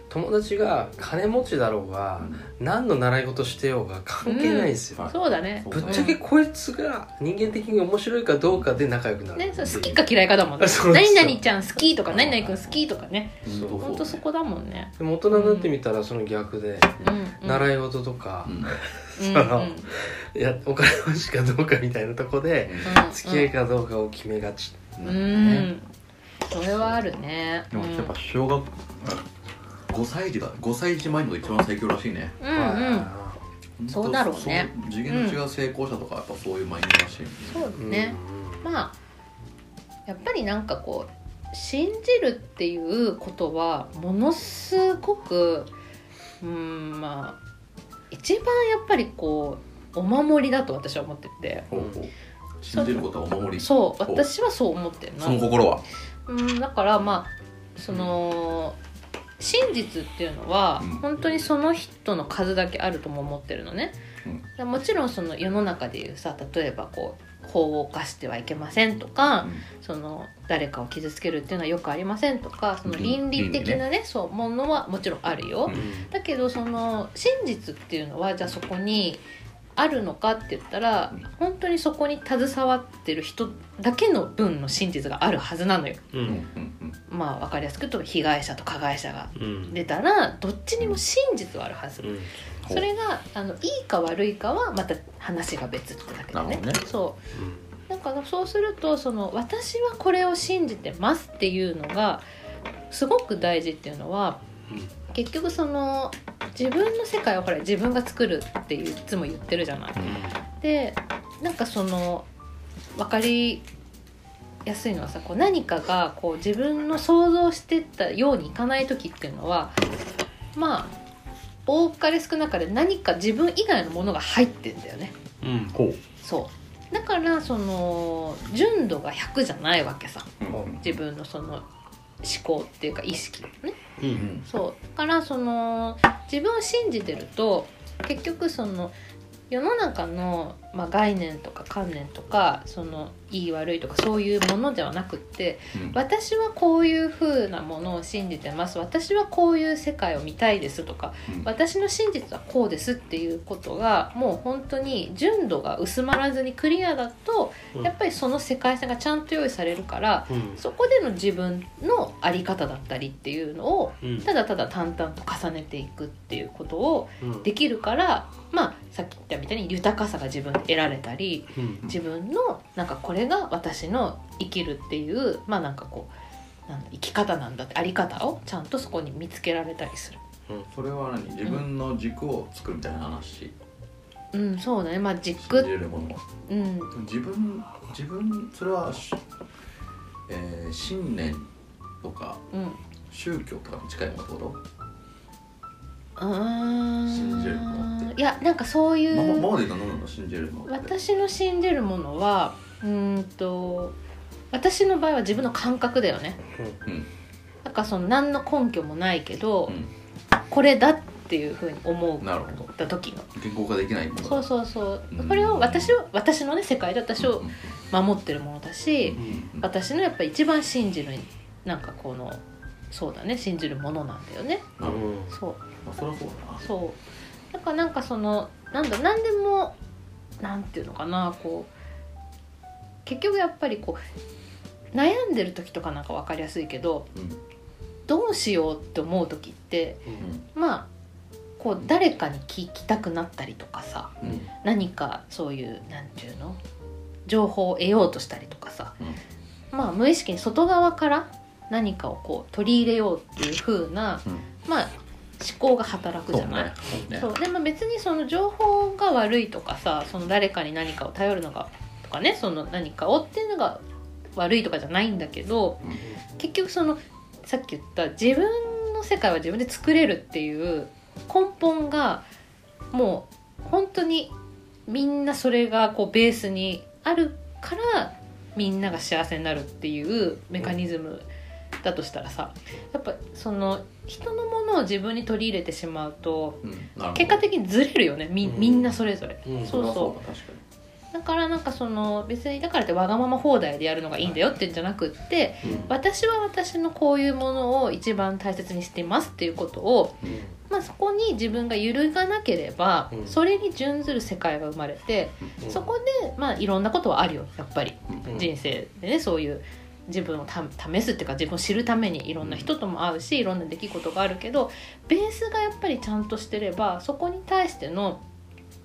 [SPEAKER 3] 友達が金持ちだろうが何の習い事してようが関係ないんですよ、
[SPEAKER 4] うん
[SPEAKER 2] そうだね
[SPEAKER 4] そう
[SPEAKER 3] ぶっちゃけこいつが人間的に面白いかどうかで仲良くなる
[SPEAKER 2] ね、そう好きか嫌いかだもんね
[SPEAKER 3] そうです
[SPEAKER 2] 何
[SPEAKER 3] よ
[SPEAKER 2] 々ちゃん好きとか何々くん好きとかね
[SPEAKER 3] そう
[SPEAKER 4] ほ
[SPEAKER 2] ほん
[SPEAKER 4] ん
[SPEAKER 2] と
[SPEAKER 4] と
[SPEAKER 2] そ
[SPEAKER 4] そう
[SPEAKER 2] こだもんね、
[SPEAKER 3] でも大人になってみたらその逆で、
[SPEAKER 2] うんうん、
[SPEAKER 3] 習い事とか
[SPEAKER 4] う、ん
[SPEAKER 2] うん
[SPEAKER 3] そのいやお金持ちかどうかみたいなとこで付き合いかどうかを決めがち、
[SPEAKER 2] うん、
[SPEAKER 4] う
[SPEAKER 2] うんん
[SPEAKER 4] ね
[SPEAKER 2] それはあるね
[SPEAKER 4] でもやっぱ小学5歳児だ5歳児マインドが一番最強らしいね
[SPEAKER 2] うんうん、うん、そうだろうね
[SPEAKER 4] そう次元の違う成功者とかやっぱそういうマインドらしい、
[SPEAKER 2] そうだね、まあやっぱりなんかこう信じるっていうことはものすごくうんまあ一番やっぱりこうお守りだと私は思ってて
[SPEAKER 4] ほうほう信じることはお守りそ
[SPEAKER 2] そう私はそう思ってるな
[SPEAKER 4] の心は
[SPEAKER 2] うんだからまあその真実っていうのは
[SPEAKER 4] うん
[SPEAKER 2] 本当にその人の数だけあるとも思ってるのね、
[SPEAKER 4] うん
[SPEAKER 2] だからもちろんその世の中でいうさ例えばこう法を犯してはいけませんとか、
[SPEAKER 4] うん
[SPEAKER 2] その誰かを傷つけるっていうのはよくありませんとかその
[SPEAKER 4] うん
[SPEAKER 2] 倫理的
[SPEAKER 4] 倫
[SPEAKER 2] なねそうものはもちろんあるよ、
[SPEAKER 4] うん
[SPEAKER 2] だけどその真実っていうのはじゃあそこにあるのかって言ったら
[SPEAKER 4] うん
[SPEAKER 2] 本当にそこに携わってる人だけの分の真実があるはずなのよ。
[SPEAKER 3] う
[SPEAKER 4] うんうん
[SPEAKER 3] ん
[SPEAKER 4] うん
[SPEAKER 2] まあ分かりやすく言うと被害者と加害者が
[SPEAKER 3] うん
[SPEAKER 2] 出たらどっちにも真実はあるはず
[SPEAKER 3] う。ん
[SPEAKER 4] ほう
[SPEAKER 2] それがあのいいか悪いかはまた話が別ってだけで
[SPEAKER 4] なる
[SPEAKER 2] ね
[SPEAKER 4] ほどね
[SPEAKER 2] そうなんかそうするとその私はこれを信じてますっていうのがすごく大事っていうのは結局その自分の世界をほら自分が作るっていつも言ってるじゃない。でなんかその分かりやすいのはさこう何かがこう自分の想像してたようにいかない時っていうのはまあ多かれ少なかれ何か自分以外のものが入ってんだよね。
[SPEAKER 3] うん
[SPEAKER 4] ほう
[SPEAKER 2] そうだからその純度が100じゃないわけさ
[SPEAKER 4] うん
[SPEAKER 2] 自分のその思考っていうか意識ね
[SPEAKER 3] う
[SPEAKER 4] うんん
[SPEAKER 2] そうだからその自分を信じてると結局その世の中の、まあ、概念とか観念とかそのいい悪いとかそういうものではなくって
[SPEAKER 4] うん
[SPEAKER 2] 私はこういう風なものを信じてます私はこういう世界を見たいですとか
[SPEAKER 4] うん
[SPEAKER 2] 私の真実はこうですっていうことがもう本当に純度が薄まらずにクリアだと
[SPEAKER 3] うん
[SPEAKER 2] やっぱりその世界線がちゃんと用意されるから
[SPEAKER 3] うん
[SPEAKER 2] そこでの自分の在り方だったりっていうのを
[SPEAKER 3] うん
[SPEAKER 2] ただただ淡々と重ねていくっていうことを
[SPEAKER 3] うん
[SPEAKER 2] できるからまあさっき言ったみたいに豊かさが自分で得られたり
[SPEAKER 3] うん
[SPEAKER 2] 自分のなんかこれが私の生きるっていうまあなんかこうなんだ生き方なんだってあり方をちゃんとそこに見つけられたりする。
[SPEAKER 4] それは何自分の軸を作るみたいな話
[SPEAKER 2] うん、そうだね、まあ、軸
[SPEAKER 4] 信
[SPEAKER 2] っ
[SPEAKER 4] じるもの
[SPEAKER 2] うん、
[SPEAKER 4] でも自分自分それは、しえー信念とか
[SPEAKER 2] うん、
[SPEAKER 4] 宗教とかに近いものってこ
[SPEAKER 2] あー
[SPEAKER 4] 信じるものって
[SPEAKER 2] いやなんかそうい
[SPEAKER 4] と、まま、今
[SPEAKER 2] う
[SPEAKER 4] まで言った何なの信じるものって
[SPEAKER 2] 私の信じるものはうーんと私の場合は自分の感覚だよね
[SPEAKER 4] うん
[SPEAKER 2] なんかその何の根拠もないけ
[SPEAKER 4] う
[SPEAKER 2] ど、
[SPEAKER 4] ん
[SPEAKER 2] これだっていうふうに思う
[SPEAKER 4] なるほど
[SPEAKER 2] た時の
[SPEAKER 4] 言語化できないもの
[SPEAKER 2] そうそうそう、
[SPEAKER 4] うん
[SPEAKER 2] これを私は私のね世界で私
[SPEAKER 4] う
[SPEAKER 2] を
[SPEAKER 4] ん
[SPEAKER 2] 守ってるものだ
[SPEAKER 3] う
[SPEAKER 2] し、
[SPEAKER 3] ん
[SPEAKER 4] うん
[SPEAKER 2] 私のやっぱ一番信じるなんかこのそうだね信じるものなんだよね
[SPEAKER 4] なるほど
[SPEAKER 2] そう
[SPEAKER 4] まあそれはそうだな
[SPEAKER 2] そうなんかなんかそのなんだ何でもなんていうのかなこう結局やっぱりこう悩んでる時とかなんか分かりやすいけど
[SPEAKER 4] うん
[SPEAKER 2] どうしようって思う時って
[SPEAKER 3] うん
[SPEAKER 2] まあこう誰かに聞きたくなったりとかさ
[SPEAKER 4] うんうん
[SPEAKER 2] 何かそういうなんていうの情報を得ようとしたりとかさ、まあ無意識に外側から何かをこう取り入れようっていう風な、
[SPEAKER 4] うん
[SPEAKER 2] まあ思考が働く
[SPEAKER 4] そう
[SPEAKER 2] じ
[SPEAKER 4] ね
[SPEAKER 2] ゃない。
[SPEAKER 4] そうね
[SPEAKER 2] そうでも別にその情報が悪いとかさその誰かに何かを頼るのがとかねその何かをっていうのが悪いとかじゃないんだけど結局そのさっき言った自分の世界は自分で作れるっていう根本がもう本当にみんなそれがこうベースにあるからみんなが幸せになるっていうメカニズムだとしたらさやっぱその人のものを自分に取り入れてしまうと
[SPEAKER 4] うんなるほど
[SPEAKER 2] 結果的にずれるよねみみんなそれぞれ、
[SPEAKER 3] うん
[SPEAKER 2] そうそ
[SPEAKER 4] それはそうだ確か
[SPEAKER 2] うだからなんかその別にだからってわがまま放題でやるのがいいんだよってんじゃなくって
[SPEAKER 3] うん
[SPEAKER 2] 私は私のこういうものを一番大切にしていますっていうことを、まあ、そこに自分が揺るがなければ
[SPEAKER 3] うん
[SPEAKER 2] それに準ずる世界が生まれて
[SPEAKER 3] うん
[SPEAKER 2] そこでまあいろんなことはあるよやっぱり
[SPEAKER 3] うん
[SPEAKER 2] 人生でねそういう自分をた試すっていうか自分を知るためにいろんな人とも会うしいろんな出来事があるけどベースがやっぱりちゃんとしてればそこに対しての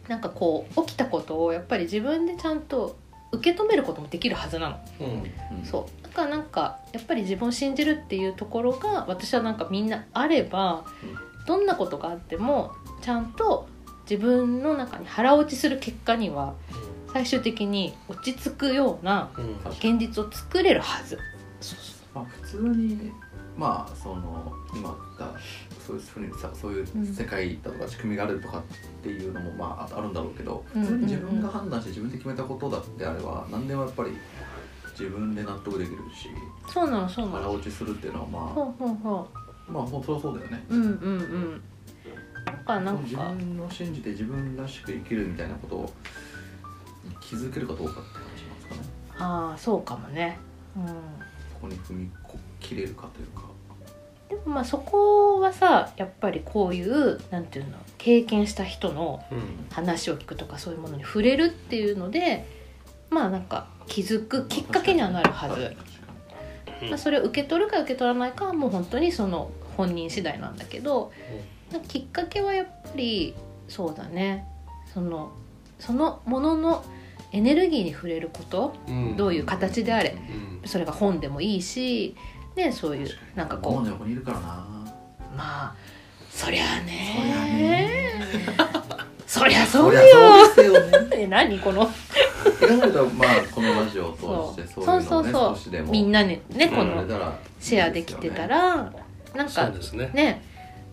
[SPEAKER 2] なんかこう起きたことをやっぱり自分でちゃんと受け止めることもできるはずなの。
[SPEAKER 3] うん
[SPEAKER 4] にうん
[SPEAKER 2] そうだからなんかやっぱり自分を信じるっていうところが私はなんかみんなあればどんなことがあってもちゃんと自分の中に腹落ちする結果には最終的に落ち着くような
[SPEAKER 3] うん
[SPEAKER 2] 現実を作れるはずそうそう
[SPEAKER 4] まあ普通にまあその今言ったそういうふうにさそういう世界だとか仕組みがあるとかっていうのもまあああるんだろうけど
[SPEAKER 2] うん
[SPEAKER 4] 普通に自分が判断して自分で決めたことだってあれば何でもやっぱり自分で納得できるし
[SPEAKER 2] そうなのそうな
[SPEAKER 4] 腹
[SPEAKER 2] の
[SPEAKER 4] 落ちするっていうのはま
[SPEAKER 2] ほうほうほ
[SPEAKER 4] あまあ本当そうだよね。
[SPEAKER 2] ううんうんうんだからなん
[SPEAKER 4] 自
[SPEAKER 2] か
[SPEAKER 4] 分を信じて自分らしく生きるみたいなことを気づけるかどうかって話なんですかね。
[SPEAKER 2] ああそうかもねうん
[SPEAKER 4] そこに踏み切れるかというか。
[SPEAKER 2] でもまあそこはさやっぱりこういうなんていうの経験した人の
[SPEAKER 3] うん
[SPEAKER 2] 話を聞くとかそういうものに触れるっていうのでまあなんか気づくきっかけにはなるはず、
[SPEAKER 4] 確か
[SPEAKER 3] う
[SPEAKER 4] に
[SPEAKER 3] ん
[SPEAKER 2] まあ、それを受け取るか受け取らないかはもう本当にその本人次第なんだけど、なんかきっかけはやっぱりそうだねそのそのもののエネルギーに触れること
[SPEAKER 3] うん
[SPEAKER 2] どういう形であれ
[SPEAKER 3] うん
[SPEAKER 2] それが本でもいいしねそういうなんかこう
[SPEAKER 4] ママの横にいるからな。
[SPEAKER 2] まあそりゃあね
[SPEAKER 4] そりゃね
[SPEAKER 2] そりゃそうよ
[SPEAKER 4] そりゃそうですよね。
[SPEAKER 2] え何この
[SPEAKER 4] いかないとまあこのラジオを通して
[SPEAKER 2] そ
[SPEAKER 4] そうういうの
[SPEAKER 2] そ
[SPEAKER 4] をね
[SPEAKER 2] うそうそう
[SPEAKER 4] 少しでも
[SPEAKER 2] みんなねね
[SPEAKER 3] うん
[SPEAKER 2] こ
[SPEAKER 4] やれ
[SPEAKER 2] の
[SPEAKER 4] たら
[SPEAKER 2] シェアできてた
[SPEAKER 4] いい
[SPEAKER 2] らなん
[SPEAKER 3] そう
[SPEAKER 2] か
[SPEAKER 3] ですね
[SPEAKER 2] ね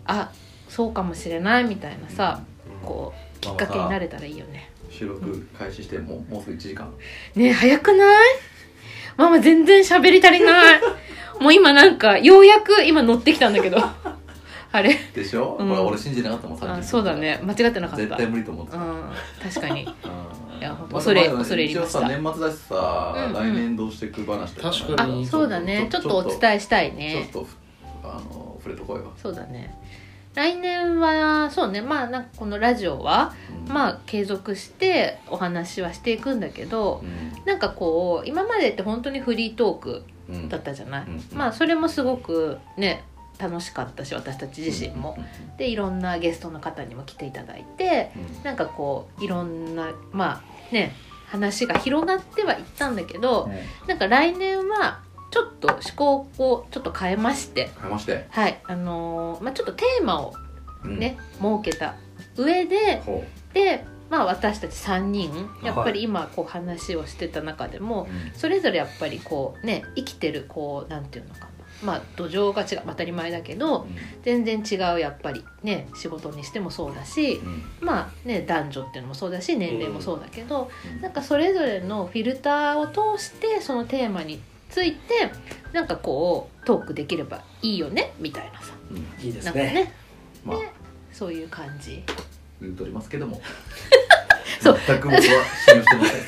[SPEAKER 2] あそうかもしれないみたいな
[SPEAKER 4] ですよね
[SPEAKER 2] さこうきっ
[SPEAKER 4] うん
[SPEAKER 2] かけになれたらいいよね
[SPEAKER 4] 収録開始してもうもうすぐ1時間
[SPEAKER 2] ね早くないママ全然喋り足りない もう今なんかようやく今乗ってきたんだけど あれ
[SPEAKER 4] でしょ、
[SPEAKER 2] うん
[SPEAKER 4] ほら俺信じなかったもん30分
[SPEAKER 2] あそうだね間違ってなかった
[SPEAKER 4] 絶対無理と思って
[SPEAKER 2] う
[SPEAKER 4] た、うん
[SPEAKER 2] ん確 かにいや
[SPEAKER 4] まあ
[SPEAKER 2] 恐れ
[SPEAKER 4] まあ
[SPEAKER 2] 恐れ入りました
[SPEAKER 4] 一応さ年末だしさ、
[SPEAKER 2] うんうん
[SPEAKER 4] 来年どうしていく話とか
[SPEAKER 3] 確か
[SPEAKER 2] あ
[SPEAKER 3] に
[SPEAKER 2] そうだねち
[SPEAKER 4] ち
[SPEAKER 2] ょ
[SPEAKER 4] ょ
[SPEAKER 2] っ
[SPEAKER 4] っ
[SPEAKER 2] と
[SPEAKER 4] と
[SPEAKER 2] お伝えしたい
[SPEAKER 4] ちょっ
[SPEAKER 2] ね
[SPEAKER 4] とあの触れとこうよ、
[SPEAKER 2] そうだね来年はそうねまあなんかこのラジオは
[SPEAKER 4] うん
[SPEAKER 2] まあ継続してお話はしていくんだけど
[SPEAKER 4] うん
[SPEAKER 2] なんかこう今までって本当にフリートーク
[SPEAKER 4] うん
[SPEAKER 2] だったじゃない、
[SPEAKER 4] うん
[SPEAKER 2] まあそれもすごくね楽しかったし私たち自身も。でいろんなゲストの方にも来ていただいて
[SPEAKER 4] うん
[SPEAKER 2] なんかこういろんなまあね話が広がってはいったんだけど、
[SPEAKER 4] うん
[SPEAKER 2] なんか来年はちょっと思考をちょっと変えまして、
[SPEAKER 4] 変えまして、
[SPEAKER 2] はい、あのーまあちょっとテーマを
[SPEAKER 4] うん
[SPEAKER 2] ね、設けた上で、
[SPEAKER 4] ほ
[SPEAKER 2] で、まあ私たち三人、やっぱ
[SPEAKER 3] は
[SPEAKER 2] り今こう話をしてた中で
[SPEAKER 4] う
[SPEAKER 2] も、
[SPEAKER 4] うん
[SPEAKER 2] それぞれやっぱりこうね、生きてるこうなんていうのかな、まあ土壌が違う当たり前だけど、全然違うやっぱりね、仕事にしてもそうだし
[SPEAKER 4] う、ん
[SPEAKER 2] まあね男女っていうのもそうだし、年齢もそうだけど、
[SPEAKER 4] うん
[SPEAKER 2] なんかそれぞれのフィルターを通してそのテーマについてなんかこうトークできればいいよねみたいなさ
[SPEAKER 4] うん
[SPEAKER 3] いいで
[SPEAKER 2] な
[SPEAKER 3] す
[SPEAKER 2] んか
[SPEAKER 3] ね
[SPEAKER 2] ね
[SPEAKER 4] まあ
[SPEAKER 2] そういう感じ
[SPEAKER 4] 言うとりますけども
[SPEAKER 2] そう
[SPEAKER 4] 全く僕は信用してません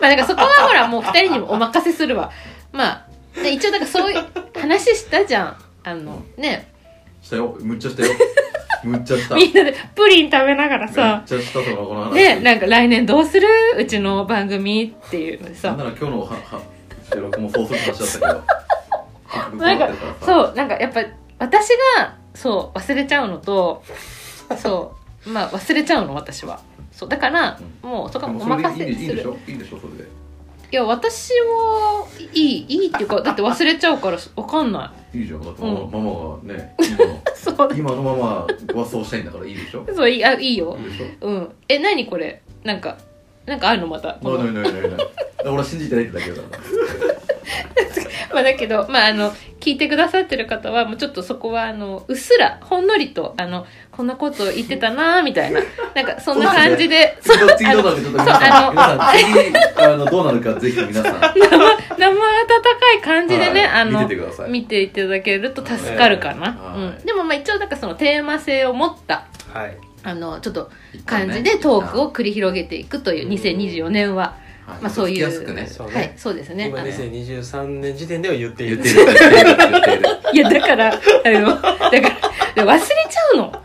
[SPEAKER 2] まあなんかそこはほらもう2人にもお任せするわまあで一応なんかそういう話したじゃんあのね
[SPEAKER 4] したよむっちゃしたよむっちゃした
[SPEAKER 2] みんなでプリン食べながら
[SPEAKER 4] め
[SPEAKER 2] さ
[SPEAKER 4] っちゃしたそのこの話
[SPEAKER 2] ねなんか来年どうするうちの番組っていうので
[SPEAKER 4] なん
[SPEAKER 2] さ
[SPEAKER 4] なら今日のはは収録もそうする話だったけど結局こう
[SPEAKER 2] なんか
[SPEAKER 4] なってるらさ
[SPEAKER 2] そうなんかやっぱ私がそう忘れちゃうのと そうまあ忘れちゃうの私はそうだから、もうそこ
[SPEAKER 4] で
[SPEAKER 2] はお
[SPEAKER 4] もそれ
[SPEAKER 2] 任
[SPEAKER 4] で
[SPEAKER 2] せ
[SPEAKER 4] いい
[SPEAKER 2] す
[SPEAKER 4] いいんでし
[SPEAKER 2] る
[SPEAKER 4] ょいいんでしょそれで
[SPEAKER 2] いや私はいいいいっていうかだって忘れちゃうからわかんない
[SPEAKER 4] いじゃんだって
[SPEAKER 2] うん
[SPEAKER 4] ママ,、が ね今の
[SPEAKER 2] いそう
[SPEAKER 4] 今のママはそうしたいんだからいい でしょ
[SPEAKER 2] そういいあいいよ
[SPEAKER 4] いいでしょ
[SPEAKER 2] うんえ何これなんかなんかあるのまたこの
[SPEAKER 4] ないないないないない俺は信じてないってだけだから
[SPEAKER 2] まあだけど、まああの、聞いてくださってる方は、もうちょっとそこは、あの、うっすら、ほんのりと、あの、こんなこと言ってた なーみたいな、なんかそんな感じで、
[SPEAKER 4] 次
[SPEAKER 2] そう
[SPEAKER 4] ど次どうなるかちょっと皆
[SPEAKER 2] そ
[SPEAKER 4] さ
[SPEAKER 2] うん
[SPEAKER 4] 皆さん次あのどうなるかぜひ皆 さん
[SPEAKER 2] 生温かい感じでね、
[SPEAKER 4] はい
[SPEAKER 2] あの
[SPEAKER 4] 見ててください
[SPEAKER 2] 見ていただけると助かるかな、
[SPEAKER 4] はいはい
[SPEAKER 2] うん、でもまあ一応なんかそのテーマ性を持った
[SPEAKER 3] はい
[SPEAKER 2] あのちょっと
[SPEAKER 4] 一旦
[SPEAKER 2] 感
[SPEAKER 4] ね
[SPEAKER 2] じでトークを繰り広げていくという
[SPEAKER 3] うん
[SPEAKER 2] 2024年は、
[SPEAKER 4] はい
[SPEAKER 2] まあそういう
[SPEAKER 4] 聞きやすくね
[SPEAKER 3] そうね
[SPEAKER 2] はいそうですね
[SPEAKER 3] 今
[SPEAKER 2] あの
[SPEAKER 3] 2023年時点では言ってい
[SPEAKER 4] 言
[SPEAKER 3] る
[SPEAKER 4] ってる言ってる言ってる
[SPEAKER 2] いやだからあのだからで忘れちゃうの
[SPEAKER 4] はい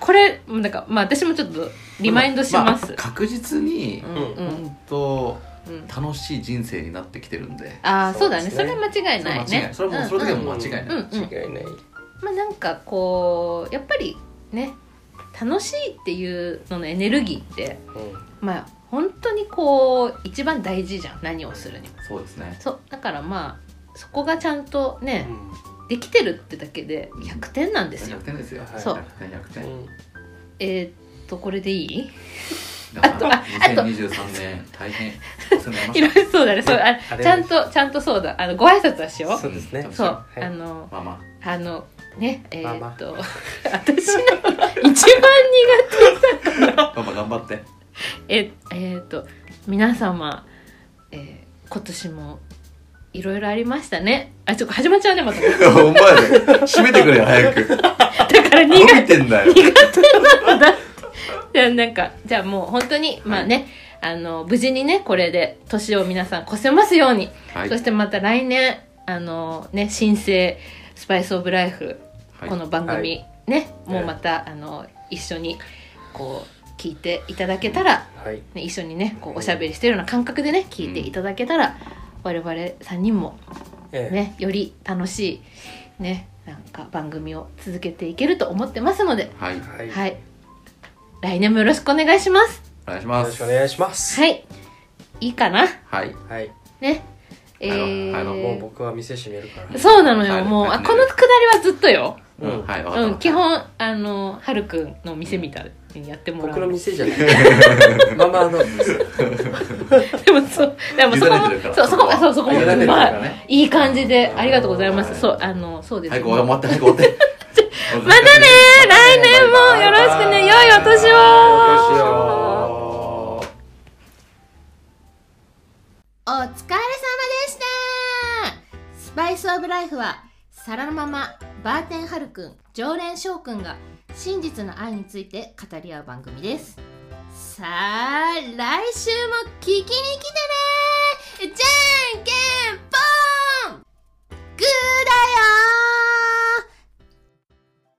[SPEAKER 2] これなんかまあ私もちょっとリマインドします、
[SPEAKER 4] あ確実に
[SPEAKER 2] うんうん
[SPEAKER 4] 本当
[SPEAKER 2] うん
[SPEAKER 4] 楽しい人生になってきてるんで
[SPEAKER 2] ああそうだねそ
[SPEAKER 3] そうで
[SPEAKER 2] れ
[SPEAKER 3] すね
[SPEAKER 2] は間違いないね
[SPEAKER 4] それは間違いないそれはもうそれだけはもう間違いない
[SPEAKER 2] うんうんうん
[SPEAKER 3] 違いない
[SPEAKER 2] まあなんかこうやっぱりね楽しいっていうののエネルギーってまあ本当にこう一番大事じゃん何をするにも
[SPEAKER 4] そうですね
[SPEAKER 2] そうだからまあそこがちゃんとね、
[SPEAKER 3] う
[SPEAKER 2] できてるってだけで100点なんですよ
[SPEAKER 4] 100点ですよ
[SPEAKER 3] はい
[SPEAKER 2] そう
[SPEAKER 4] 100点
[SPEAKER 3] ん
[SPEAKER 4] 100点
[SPEAKER 3] うん
[SPEAKER 2] えーっとこれでいい
[SPEAKER 4] だから2023年大変お世話になりま
[SPEAKER 2] いろ
[SPEAKER 4] し
[SPEAKER 2] いろ そうだねそうあ
[SPEAKER 3] あれ
[SPEAKER 2] ちゃんとちゃんとそうだあのご挨拶はしよう
[SPEAKER 3] そうですね
[SPEAKER 4] ん
[SPEAKER 2] そう、
[SPEAKER 3] い
[SPEAKER 2] あの
[SPEAKER 4] た。まあま
[SPEAKER 2] あのねえ
[SPEAKER 3] まあ
[SPEAKER 2] ー
[SPEAKER 3] まあ
[SPEAKER 2] っと 私の一番苦手
[SPEAKER 4] あ、ママ頑張って。
[SPEAKER 2] ええーっと皆様、えー今年もいろいろありましたねあちょっと始まっちゃうねまただ か
[SPEAKER 4] お前で締めてくれよ早く。
[SPEAKER 2] ら苦手
[SPEAKER 4] てんだよ。
[SPEAKER 2] じゃあなんかじゃあもう本当に、まあねあの無事にねこれで年を皆さん越せますように、
[SPEAKER 4] はい
[SPEAKER 2] そしてまた来年あのね新生スパイスオブライフ、
[SPEAKER 4] はい
[SPEAKER 2] この番組、
[SPEAKER 3] は
[SPEAKER 2] ねもうまた、あの一緒にこう聞いていただけたら、
[SPEAKER 3] はい
[SPEAKER 2] ね、一緒にねこうおしゃべりしてるような感覚でね聞いていただけたら、我々3人も
[SPEAKER 3] ええ
[SPEAKER 2] ねより楽しいねなんか番組を続けていけると思ってますので
[SPEAKER 4] はい。
[SPEAKER 3] はいよ
[SPEAKER 2] はい。来年もよろしくお願いします。
[SPEAKER 4] お願いしま
[SPEAKER 3] ろしく
[SPEAKER 4] す。
[SPEAKER 3] お願いします
[SPEAKER 2] はい。いいかな
[SPEAKER 4] はい。
[SPEAKER 3] はい
[SPEAKER 2] ね。え
[SPEAKER 4] あの
[SPEAKER 3] もう
[SPEAKER 2] ー、
[SPEAKER 3] 僕は店閉めるから
[SPEAKER 2] そうなのよ。
[SPEAKER 4] はい
[SPEAKER 2] もう、
[SPEAKER 4] は
[SPEAKER 2] あ
[SPEAKER 4] い
[SPEAKER 2] このくだりはずっとよ。
[SPEAKER 4] う
[SPEAKER 3] うん
[SPEAKER 4] ん。はい。わかった
[SPEAKER 2] う
[SPEAKER 4] わか
[SPEAKER 2] ん、
[SPEAKER 4] った
[SPEAKER 2] 基。本、あの、はるくんの店みたいにやってもら
[SPEAKER 3] 僕の
[SPEAKER 2] う。
[SPEAKER 3] 店じゃないママの店
[SPEAKER 2] でも、そう、でもそこ
[SPEAKER 4] 委
[SPEAKER 2] も
[SPEAKER 4] ねてるか、ら
[SPEAKER 2] そう、そこも、あそう、そこも、
[SPEAKER 3] 委
[SPEAKER 2] う
[SPEAKER 3] ねてる
[SPEAKER 2] ま
[SPEAKER 4] から
[SPEAKER 2] い
[SPEAKER 4] ね。
[SPEAKER 2] いい感じで、ありがとうございま
[SPEAKER 4] は
[SPEAKER 2] す。
[SPEAKER 4] い
[SPEAKER 2] そう、あの、そうです。
[SPEAKER 4] 早く終
[SPEAKER 2] ま
[SPEAKER 4] わって、早く終わって。 ま
[SPEAKER 2] たね来年もよろしくね、良いお年を
[SPEAKER 3] よしよ
[SPEAKER 2] お疲れ様でしたスパイスオブライフは皿のままバーテンハルくん常連翔くんが真実の愛について語り合う番組ですさあ来週も聞きに来てね